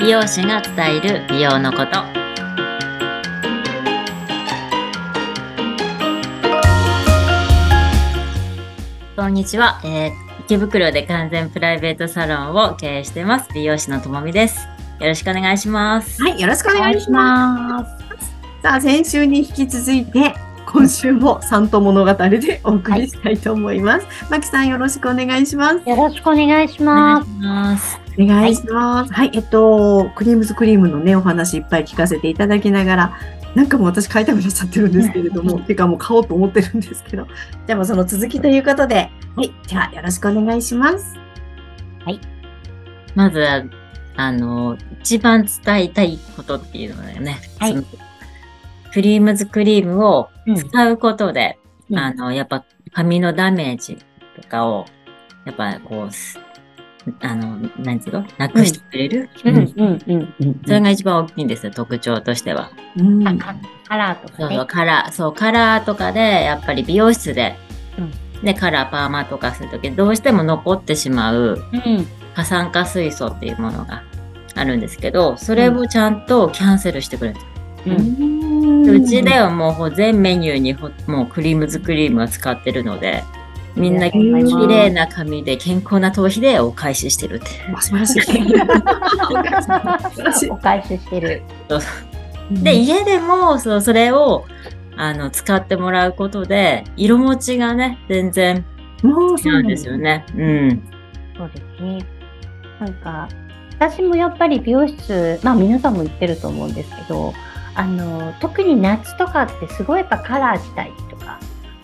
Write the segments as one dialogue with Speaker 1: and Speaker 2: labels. Speaker 1: 美容師が伝える美容のことこんにちは、えー池袋で完全プライベートサロンを経営してます美容師のともみですよろしくお願いします
Speaker 2: はい、よろしくお願いします。さあ、先週に引き続いて、今週も三都物語でお送りしたいと思います。まきさん、よろしくお願いします。
Speaker 3: よろしくお願いし
Speaker 1: お願
Speaker 3: ま
Speaker 1: い
Speaker 3: す。
Speaker 1: します
Speaker 2: お願いします。はい、えっと、クリームズクリームのね、お話いっぱい聞かせていただきながら、なんかもう私買いたくなっちゃってるんですけれども、てかもう買おうと思ってるんですけど、じゃあもうその続きということで、はい、ではよろしくお願いします。
Speaker 1: まずはあの一番伝えたいことっていうのはね、
Speaker 3: はい
Speaker 1: そのクリームズクリームを
Speaker 3: うん
Speaker 1: 使うことで、
Speaker 3: うん
Speaker 1: あのやっぱ髪のダメージとかをやっぱこうすあのなんつうのなくしてくれる、
Speaker 3: うん
Speaker 1: う
Speaker 3: うんんうんうん。
Speaker 1: それが一番大きいんですよ特徴としては。
Speaker 2: うん
Speaker 3: あカカラーと
Speaker 1: そ
Speaker 3: か
Speaker 1: う
Speaker 3: ね。
Speaker 1: そう、カラー、そう、カラーとかで、やっぱり美容室で、で、カラー、パーマとかするとき、どうしても残ってしまう
Speaker 3: うん
Speaker 1: 過酸化水素っていうものがあるんですけど、それをちゃんとキャンセルしてくれるんです。
Speaker 3: うん
Speaker 1: うちではもうほ全メニューにほもうクリームズクリームを使ってるので、みんな綺麗な髪で健康な頭皮でお返ししてるって。
Speaker 2: あ素晴らしい。 素晴らしい
Speaker 3: お返ししてる。
Speaker 1: で、家でもそうそれをあの使ってもらうことで、色持ちがね、全然
Speaker 2: もう
Speaker 1: 違うんですよ。ね。うん。
Speaker 3: そうですね。なんか、私もやっぱり美容室、まあ皆さんも行ってると思うんですけど、あの、特に夏とかってすごいやっぱカラーしたいとか、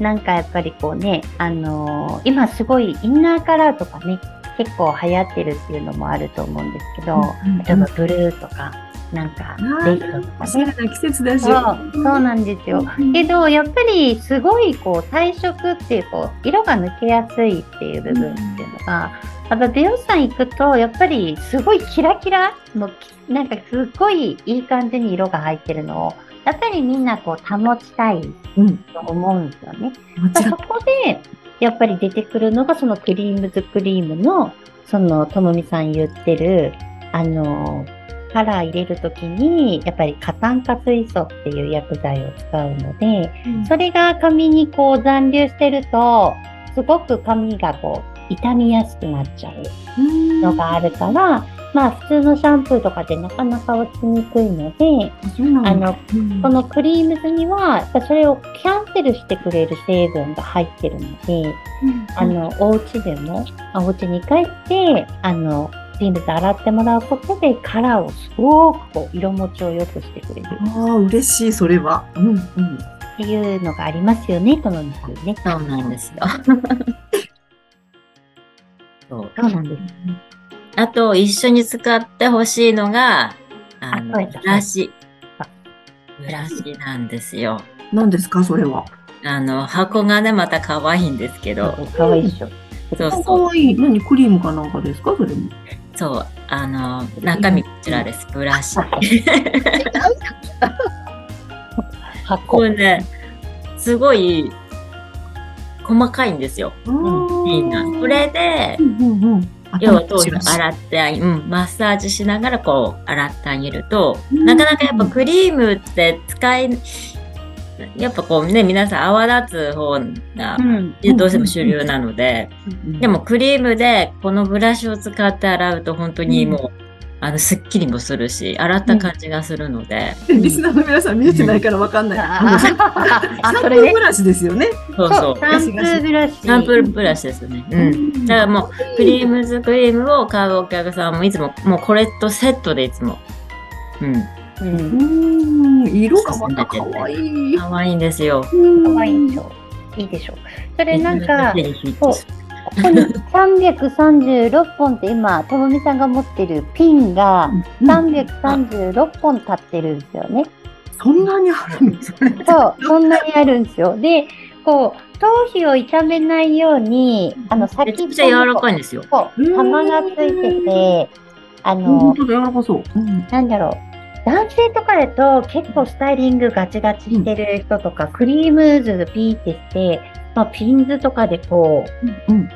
Speaker 3: なんかやっぱりこうね、あの、今すごいインナーカラーとかね、結構流行ってるっていうのもあると思うんですけど、例えばブルーとか、なんか
Speaker 2: あ
Speaker 3: レイドと
Speaker 2: ーお
Speaker 3: か
Speaker 2: しゃれな季節だし。
Speaker 3: そうそうなんですよ。けどやっぱりすごいこう体色っていうこう色が抜けやすいっていう部分っていうのが、やっぱ美容師さん行くとやっぱりすごいキラキラもうきなんかすっごいいい感じに色が入ってるのをやっぱりみんなこう保ちたい
Speaker 2: うん、
Speaker 3: と思うんですよね。
Speaker 2: もちろ
Speaker 3: そ
Speaker 2: ん。
Speaker 3: こでやっぱり出てくるのがそのクリームズクリームのそのともみさん言ってるあのカラー入れるときにやっぱり過酸化水素っていう薬剤を使うのでそれが髪にこう残留してるとすごく髪がこう傷みやすくなっちゃうのがあるから、まあ普通のシャンプーとかでなかなか落ちにくいのであ
Speaker 2: あ
Speaker 3: の、このクリームズには、やっぱそれをキャンセルしてくれる成分が入ってるので、あの、お家でも、あお家に帰って、あの、クリームズ洗ってもらうことで、カラーをすごくこう色持ちを良くしてくれるっ
Speaker 2: ああ、嬉しい、それは。うん、うん。
Speaker 3: ていうのがありますよね、この2つね。
Speaker 1: そうなんですよ。 そう
Speaker 3: そうなんです。
Speaker 1: あと、一緒に使ってほしいのが、あの、
Speaker 3: あそう
Speaker 1: ブ
Speaker 3: です
Speaker 1: ラシ
Speaker 3: あ。
Speaker 1: ブラシなんですよ。
Speaker 2: 何ですか、それは。
Speaker 1: あの、箱がね、また可愛いんですけど、
Speaker 3: かわいいっしょ。
Speaker 1: そう
Speaker 2: 可
Speaker 1: そう、
Speaker 2: 愛いい。何、クリームかなんかですか、それも。
Speaker 1: そう、あの、中身こちらです、ブラシ。こ
Speaker 3: 箱。
Speaker 1: れね、すごい、細かいんですよ、みんな。こ。れで
Speaker 2: う、ん、うん、うん。
Speaker 1: 要は頭皮を
Speaker 2: あら。
Speaker 1: 洗ってあげ、うん、マッサージしながらこう洗ってあげると、
Speaker 2: うん
Speaker 1: なかなかやっぱクリームって使い、やっぱこうね、皆さん泡立つ方が
Speaker 3: う、ん。
Speaker 2: うん
Speaker 1: どうしても主流なので、でもクリームでこのブラシを使って洗うと本当にもう、あの、すっきりもするし、洗った感じがするので、
Speaker 2: リスナーの皆さん見えてないからわかんない。あのシャン
Speaker 3: あ、 そ
Speaker 2: プ
Speaker 3: れ
Speaker 2: ー
Speaker 3: ね
Speaker 2: ブ。ラシですよね。
Speaker 1: そう
Speaker 3: そ、
Speaker 1: そうう
Speaker 3: シ。ャンプーブラシ。
Speaker 1: シャンプーブラシですよね。うん。だからもう、クリームズクリームを買うお客さんもいつも、もうこれとセットでいつも、うん、
Speaker 3: うん。
Speaker 2: うん、色がまた可愛い。
Speaker 1: 可愛いんですよ。
Speaker 3: 可
Speaker 2: 可
Speaker 3: 愛いでしょ。いいでしょ。それなんか、
Speaker 1: ぜひ
Speaker 3: そうここに336本って今、ともみさんが持ってるピンが336本立ってるんですよね。
Speaker 2: そんなにあるの。
Speaker 3: そう、そんなにあるんですよ。で、こう、頭皮を傷めないように、あの、
Speaker 1: めちゃ
Speaker 3: 先っぽに
Speaker 1: くちゃ柔らかいんですよ。
Speaker 3: こう、玉がついてて、あの
Speaker 2: 本、当だ、柔らかそう。うん。
Speaker 3: なんだろう。男性とかだと結構スタイリングガチガチしてる人とか、クリームズピーってして、まあ、ピンズとかでこ
Speaker 2: う
Speaker 3: う、
Speaker 2: んうん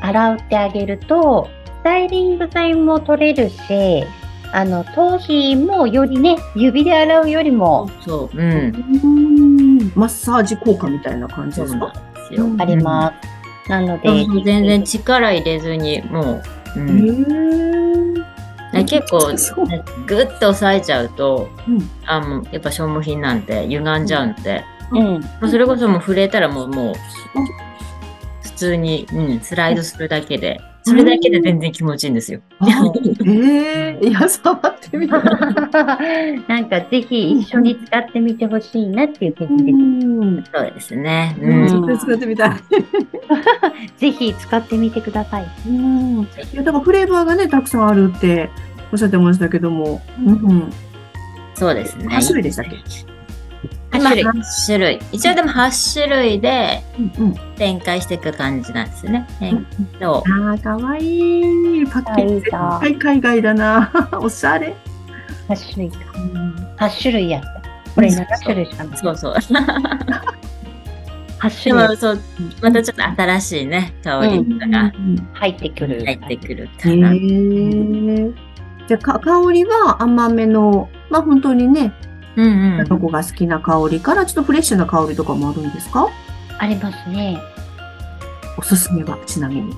Speaker 3: 洗ってあげると、スタイリング剤も取れるし、あの、頭皮もよりね、指で洗うよりも
Speaker 1: そう、うん。
Speaker 2: マッサージ効果みたいな感じ
Speaker 1: そう
Speaker 2: です
Speaker 1: なん
Speaker 2: か
Speaker 1: ですよ。
Speaker 3: あります。なので、
Speaker 1: そうそう全然力入れずに、もう、う
Speaker 2: へ
Speaker 1: ん、
Speaker 2: ー
Speaker 1: ね結構、
Speaker 2: そう
Speaker 1: ぐっと押さえちゃうと、
Speaker 2: うん
Speaker 1: あもうやっぱ消耗品なんて歪んじゃうんで、
Speaker 3: うん。
Speaker 1: もうそれこそもう触れたらもうもう普通に、うん、スライドするだけで、それだけで全然気持ちいいんですよ。
Speaker 2: あえー、いや、触ってみたい。
Speaker 3: なんかぜひ一緒に使ってみてほしいなっていう気持ちで
Speaker 2: ん、
Speaker 1: そうですね。う。
Speaker 2: うんん、
Speaker 1: ぜ
Speaker 2: 実際使ってみたい。
Speaker 3: す。ぜひ使ってみてください。
Speaker 2: うん、いやだからフレーバーがねたくさんあるっておっしゃってましたけども、うん、
Speaker 1: そうですね。
Speaker 2: 8種類でしたっけ？
Speaker 1: 8種類。8種類。一応でも8種類で
Speaker 2: うんうん、
Speaker 1: 展開していく感じなんですね。え
Speaker 2: ん
Speaker 1: っと、
Speaker 2: ああ可愛いパッケージ絶
Speaker 3: 可愛
Speaker 2: 対海外だな おしゃれ、
Speaker 3: 8種類か。
Speaker 2: うん、
Speaker 3: 8種類やった。これ7種類しかない。
Speaker 1: そうそう。で
Speaker 3: 8種類
Speaker 1: もそう、またちょっと新しいね、香りとかが
Speaker 3: 入ってくる。
Speaker 1: 入ってくるか
Speaker 2: へ
Speaker 1: な。
Speaker 2: ーじゃあか香りは甘めのまあ本当にね
Speaker 1: うんうん。
Speaker 2: タコが好きな香りからちょっとフレッシュな香りとかもあるんですか
Speaker 3: ありますね。
Speaker 2: おすすめはちなみに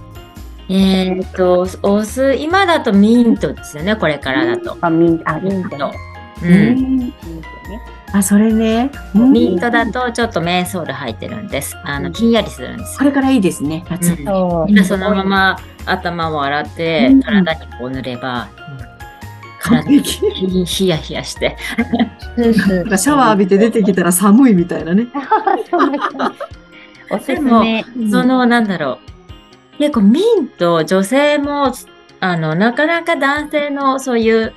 Speaker 1: えーっと、お酢、今だとミントですよね、これからだと。
Speaker 3: あ、ミント、あ、ミ
Speaker 1: ミ
Speaker 3: ン
Speaker 1: ン
Speaker 3: ト
Speaker 1: ト
Speaker 3: ね。。
Speaker 1: う
Speaker 2: へ
Speaker 1: ん。
Speaker 2: ー
Speaker 3: ミントね。
Speaker 2: あそれね、うん
Speaker 1: ミントだとちょっとメンソール入ってるんです。あの、ひんやりするんです
Speaker 2: こ
Speaker 1: よ。
Speaker 2: れからいいですね
Speaker 1: う
Speaker 2: 夏、
Speaker 1: ん
Speaker 3: そう。
Speaker 1: でそのまま頭を洗って
Speaker 2: うん、
Speaker 1: 体にこう塗れば、
Speaker 2: 完
Speaker 1: 体
Speaker 2: 璧
Speaker 1: にヒヤヒヤして。
Speaker 3: スースー。
Speaker 2: な んかシャワー浴びて出てきたら寒いみたいなね。
Speaker 3: そんな感じ。おすす
Speaker 1: でも
Speaker 3: め。
Speaker 1: その、なんだろう。結構ミント、女性も、あの、なかなか男性のそういう、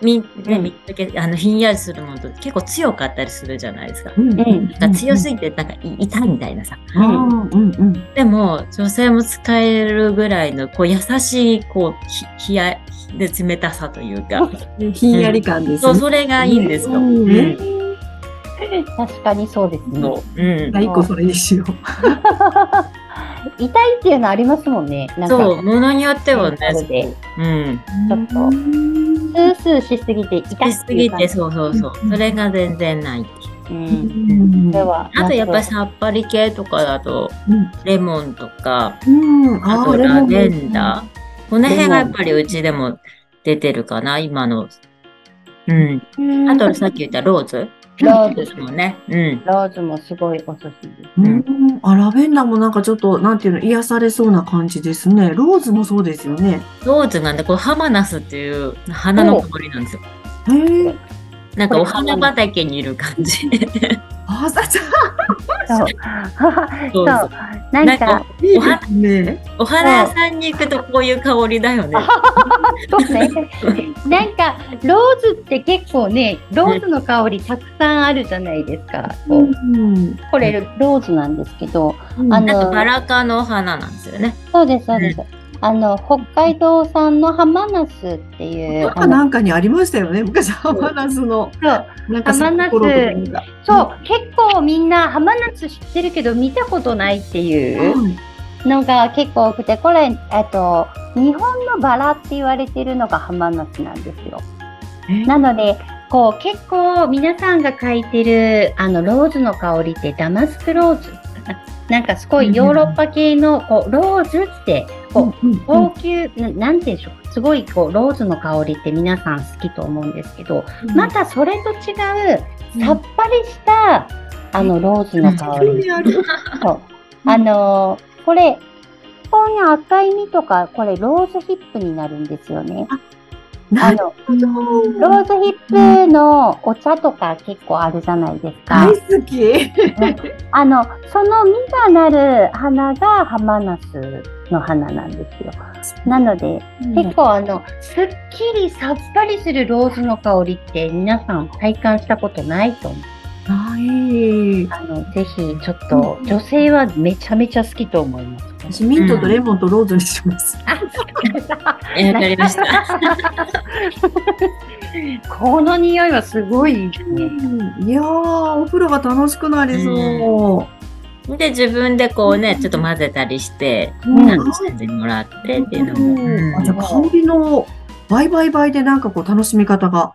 Speaker 1: ミンね、
Speaker 3: うん
Speaker 1: ミント系あの、ひんやりするものと結構強かったりするじゃないですか。
Speaker 2: うん
Speaker 3: うん
Speaker 1: なんか強すぎて、なんかい痛いみたいなさ。
Speaker 2: うんうんうん。
Speaker 1: でも、女性も使えるぐらいの、こう、優しい、こう、ひ、ひや、で冷たさというか、
Speaker 2: うんひんやり感です
Speaker 1: そう、
Speaker 2: ね。
Speaker 1: それがいいんですよ。う
Speaker 2: う
Speaker 1: んん。
Speaker 3: 確かにそうですね。
Speaker 1: そう。うん
Speaker 2: じゃあ。一個それにしよう。
Speaker 3: 痛いっていうのありますもんね。なんか
Speaker 1: そう、ものによってはね、
Speaker 3: そうで
Speaker 1: うん。
Speaker 3: ちょっとスースーしすぎて痛い
Speaker 1: し
Speaker 3: っ
Speaker 1: す
Speaker 3: てい
Speaker 1: ぎ
Speaker 3: う感
Speaker 1: て、
Speaker 3: じ。
Speaker 1: そうそうそう。それが全然ないっていう。
Speaker 3: うん。
Speaker 2: うん
Speaker 3: これは。
Speaker 1: あと、やっぱりさっぱり系とかだと、レモンとか、
Speaker 2: うん。
Speaker 1: あ
Speaker 2: ー
Speaker 1: と
Speaker 2: レモ
Speaker 1: ラ
Speaker 2: ン
Speaker 1: ベンダー。この辺がやっぱりうちでも出てるかな、今の。うん。あと、さっき言ったローズ。
Speaker 3: ローズ。
Speaker 1: もね。うん。
Speaker 3: ローズもすごいおすす
Speaker 2: う
Speaker 3: め。
Speaker 2: ん。あ、ラベンダーもなんかちょっと、なんていうの、癒されそうな感じですね。ローズもそうですよね。
Speaker 1: ローズがね、これハマナスっていう花の香りなんですよ。
Speaker 2: へえ。
Speaker 1: なんかお花畑にいる感じ。
Speaker 2: あ、さちゃ
Speaker 3: そ
Speaker 1: ロ
Speaker 3: う。そう。
Speaker 1: ーズ。
Speaker 3: なんか、
Speaker 2: ん。いいですね。
Speaker 1: お花屋さんに行くとこういう香りだよね。
Speaker 3: そう ね。なんか、ローズって結構ね、ローズの香りたくさんあるじゃないですか。こう
Speaker 2: うん。
Speaker 3: これ、ローズなんですけど、
Speaker 2: あ
Speaker 3: あ
Speaker 2: の、
Speaker 3: の
Speaker 1: あとバラ科のお花なんですよね。
Speaker 3: そうです、そうです。あの、北海道産のハマナスっていう、あの
Speaker 2: なんかにありましたよね。昔、ハマナスの。
Speaker 3: そう
Speaker 2: なんか
Speaker 3: ハマナス
Speaker 2: ところとかに
Speaker 3: そう、結構みんなハマナス知ってるけど見たことないっていう。
Speaker 2: うん
Speaker 3: のが結構多くて、これ、えっと、日本のバラって言われてるのがハマナスなんですよ。
Speaker 2: え
Speaker 3: なので、こう結構皆さんが書いてるあのローズの香りってダマスクローズ。なんかすごいヨーロッパ系のこうローズってこ
Speaker 2: うんうん
Speaker 3: う高級、ななんて言うんでしょう。すごいこうローズの香りって皆さん好きと思うんですけど、またそれと違うさっぱりしたあのローズの香
Speaker 2: 興
Speaker 3: り。
Speaker 2: 味ある。
Speaker 3: そう。あのーこれ、こういう赤い実とか、これローズヒップになるんですよね。あ
Speaker 2: なる
Speaker 3: の、
Speaker 2: ほど。
Speaker 3: ローズヒップのお茶とか結構あるじゃないですか。
Speaker 2: 大好き。
Speaker 3: あの、その実がなる花がハマナスの花なんですよ。なので、結構あの、すっきりさっぱりするローズの香りって皆さん体感したことないと思う。
Speaker 2: はい。
Speaker 3: あの、ぜひちょっと女性はめちゃめちゃ好きと思います。
Speaker 2: 私ミントとレモンとローズにします。
Speaker 1: え、わかりました。
Speaker 3: この匂いはすごいいいですね。
Speaker 2: いやー、お風呂が楽しくなりそう。
Speaker 1: で、自分でこうね、ちょっと混ぜたりして、
Speaker 3: うん
Speaker 1: 楽しんでもらってっていうのも。うん
Speaker 2: あじゃあ香りの倍倍倍でなんかこう楽しみ方が。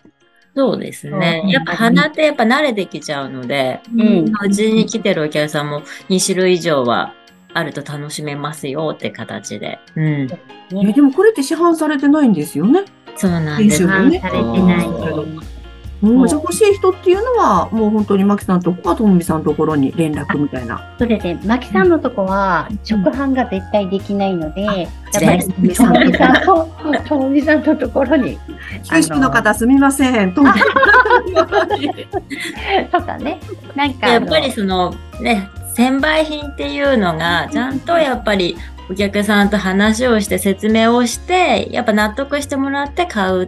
Speaker 1: そうですね
Speaker 3: う。ん
Speaker 1: やっぱ鼻ってやっぱ慣れてきちゃうので、
Speaker 3: うん
Speaker 1: うちに来てるお客さんも2種類以上はあると楽しめますよって形で。うん。
Speaker 2: えでもこれって市販されてないんですよね。
Speaker 1: そうなんです。
Speaker 2: 練習もね
Speaker 1: さ
Speaker 3: れてない
Speaker 2: も
Speaker 3: う
Speaker 2: うんじゃあ欲しい人っていうのはもう本当にマキさんとこはともみさんのところに連絡みたいな。
Speaker 3: そうですね。マキさんのとこは直販が絶対できないので、やっぱり
Speaker 1: です
Speaker 2: ともみさ
Speaker 3: とも
Speaker 2: ん
Speaker 3: み
Speaker 2: と
Speaker 3: さ
Speaker 2: か。
Speaker 3: んと、ともみさんのところに、
Speaker 2: 九州の方すみません。ともみ
Speaker 3: とかね、なんか
Speaker 1: や
Speaker 3: あ
Speaker 1: っ
Speaker 3: の、
Speaker 1: ぱりそのね、専売品っていうのが、ちゃんとやっぱりお客さんと話をして説明をして、やっぱ納得してもらって買うっ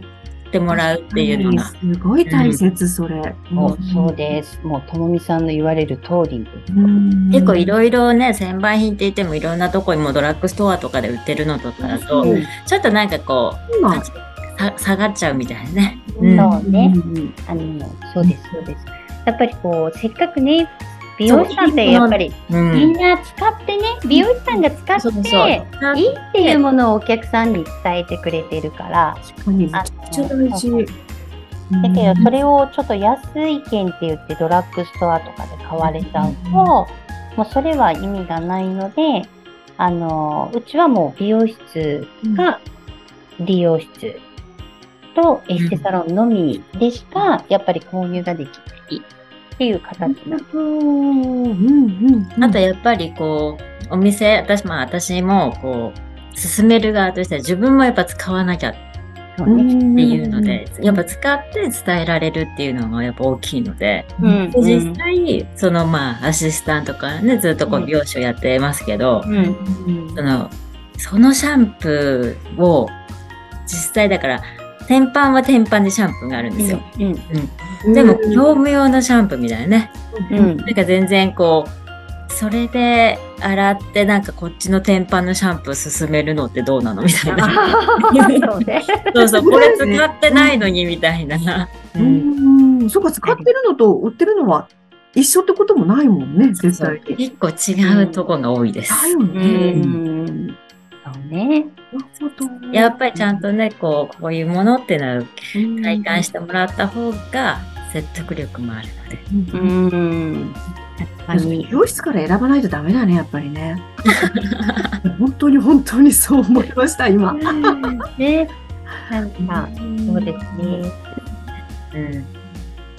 Speaker 1: てもらうっていうのが。
Speaker 2: すごい大切それ。
Speaker 3: もうそうです。もうともみさんの言われる通りです。
Speaker 2: うん
Speaker 1: 結構いろいろね、専売品って言ってもいろんなとこにもドラッグストアとかで売ってるのとかだと、
Speaker 3: うん
Speaker 1: ちょっとなんかこう、
Speaker 2: 今
Speaker 1: さ下がっちゃうみたいなね。
Speaker 2: うん
Speaker 3: そうね
Speaker 2: うん
Speaker 3: あの、そうです、そうです。やっぱりこう、せっかくね、美容師さんってやっぱり
Speaker 1: う
Speaker 3: みん
Speaker 1: ん。
Speaker 3: な使ってね、美容師さんが使って、
Speaker 1: そうそう。
Speaker 3: いいっていうものをお客さんに伝えてくれてるから、
Speaker 2: 確かにめちゃ
Speaker 3: あ
Speaker 2: くちゃ大事。
Speaker 3: そうだけど、それをちょっと安い券って言ってドラッグストアとかで買われちゃうと、もうそれは意味がないので、あの、うちはもう美容室が理容室とエステサロンのみでしか、やっぱり購入ができないっていう形なんで
Speaker 2: うんうんうん。
Speaker 1: あとやっぱりこう、お店、私、まあ私もこう、進める側としては自分もやっぱ使わなきゃって
Speaker 3: すよ
Speaker 2: う
Speaker 3: ね。
Speaker 2: ん
Speaker 1: いうので、やっぱ使って伝えられるっていうのがやっぱ大きいので、
Speaker 3: うん
Speaker 1: で実際、そのまあアシスタントからね、ずっとこ
Speaker 3: う
Speaker 1: うん美容師をやってますけど、
Speaker 3: うん。
Speaker 2: うん
Speaker 1: その、そのシャンプーを、実際だから、天板は天板でシャンプーがあるんですよ。
Speaker 3: うん。
Speaker 1: でも、業務用のシャンプーみたいなね。
Speaker 3: うん。
Speaker 1: なんか全然こう、それで洗ってなんかこっちの天板のシャンプー進めるのってどうなのみたいな。
Speaker 3: そうね。
Speaker 1: そうそう、これ使ってないのにみたいな。う
Speaker 2: うんんうんそうか使ってるのと売ってるのは一緒ってこともないもんね絶
Speaker 1: そう
Speaker 2: 対に。
Speaker 1: 結構違うとこが多いです。
Speaker 2: だよ
Speaker 3: う
Speaker 2: ね。。
Speaker 3: ん。そうね。
Speaker 1: やっぱりちゃんとね、こう、こういうものっていうのを体感しててもらった方が説得力もあるので。
Speaker 2: うん
Speaker 3: うん。
Speaker 2: あの美容室から選ばないとダメだねやっぱ りね。本当に本当にそう思いました今。
Speaker 3: ね。なんか、そうですね。
Speaker 1: うん。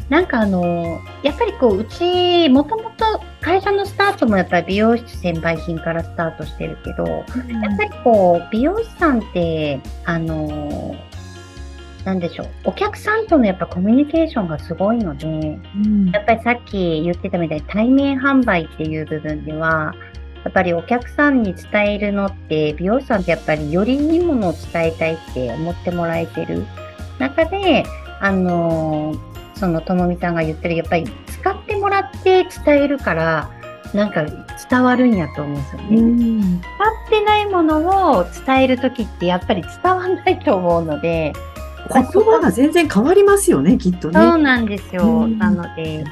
Speaker 3: なんかあの、やっぱりこう、うち、もともと会社のスタートもやっぱり美容室専売品からスタートしてるけど、やっぱりこう、美容師さんって、あの、なんでしょう、お客さんとのやっぱコミュニケーションがすごいので、
Speaker 2: うん
Speaker 3: やっぱりさっき言ってたみたいに対面販売っていう部分では、やっぱりお客さんに伝えるのって、美容師さんってやっぱりよりいいものを伝えたいって思ってもらえてる中で、あのーそのともみさんが言ってる、やっぱり使ってもらって伝えるから、なんか伝わるんやと思うんですよね。
Speaker 2: うん
Speaker 3: 使ってないものを伝えるときってやっぱり伝わんないと思うので、
Speaker 2: 言葉が全然変わりますよねきっとね。
Speaker 3: そうなんですよ。
Speaker 2: うん
Speaker 3: なので、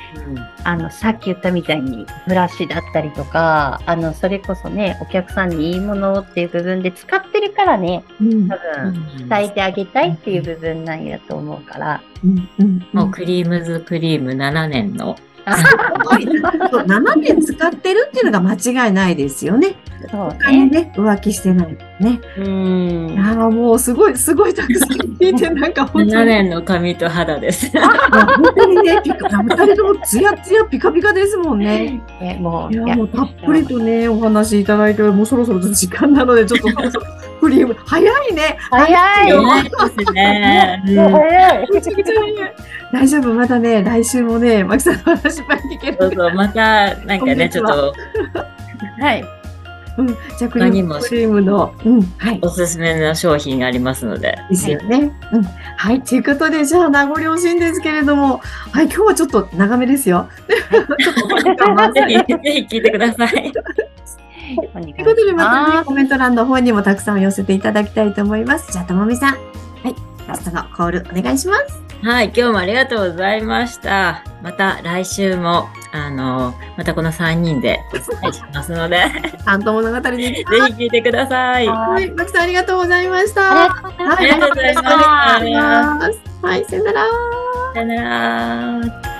Speaker 3: あの、さっき言ったみたいに、ブラシだったりとか、あの、それこそね、お客さんにいいものっていう部分で使ってるからね、
Speaker 2: うん
Speaker 3: 多分、伝えてあげたいっていう部分なんやと思うから。
Speaker 2: うんうん
Speaker 1: もうクリームズクリーム7年の。
Speaker 2: 7年使ってるっていうのが間違いないですよね。
Speaker 3: そう
Speaker 2: 他に
Speaker 3: ね。
Speaker 2: ね、浮気してないね。
Speaker 3: うん。
Speaker 2: ああ、もうすごい、すごいたくさん聞いて、なんか本当
Speaker 1: 7
Speaker 2: に。
Speaker 1: 年の髪と肌です。
Speaker 2: 本当にね、ピカ、二人ともツヤツヤピカピカですもんね。
Speaker 3: ね、もう、
Speaker 2: いや、もうたっぷりとね、お話いただいて、もうそろそろ時間なので、ちょっとそろそろクリーム、早いね。
Speaker 3: 早いよ。
Speaker 1: 早い ですね。うん
Speaker 3: 早い。
Speaker 2: めちゃくちゃ早い大丈夫、まだね、来週もね、マキさんの話いっぱい聞け
Speaker 1: そ
Speaker 2: るん
Speaker 1: う
Speaker 2: で。
Speaker 1: そう、また、なんかね、ちょっと、
Speaker 3: はい。
Speaker 2: うん、じゃあクリーム、クリームの、うん、はい。
Speaker 1: おすすめの商品がありますので。
Speaker 2: ですよね。うん。はい。ということで、じゃあ、名残惜しいんですけれども、はい、今日はちょっと長めですよ。 ちょっとお時 間満
Speaker 1: ぜ
Speaker 2: 載
Speaker 1: ひ、ぜひ聞いてください。
Speaker 3: お願いし
Speaker 2: ということで、また
Speaker 3: ま
Speaker 2: ね、コメント欄の方にもたくさんお寄せていただきたいと思います。じゃあ、ともみさん。はい。ラストのコール、お願いします。
Speaker 1: はい、今日もありがとうございました。また来週もあの、またこの3人でお伝えしますので、
Speaker 2: 担当物語で。
Speaker 1: ぜひ聞いてください。あ
Speaker 2: はい、マキさんありがとうございまし
Speaker 3: あ
Speaker 2: た。
Speaker 3: りがとうござい
Speaker 1: りがとう
Speaker 2: はい
Speaker 3: ます
Speaker 1: ございま
Speaker 2: ありがとうござい
Speaker 1: した。
Speaker 2: ますはい、さよなら。
Speaker 1: さよなら。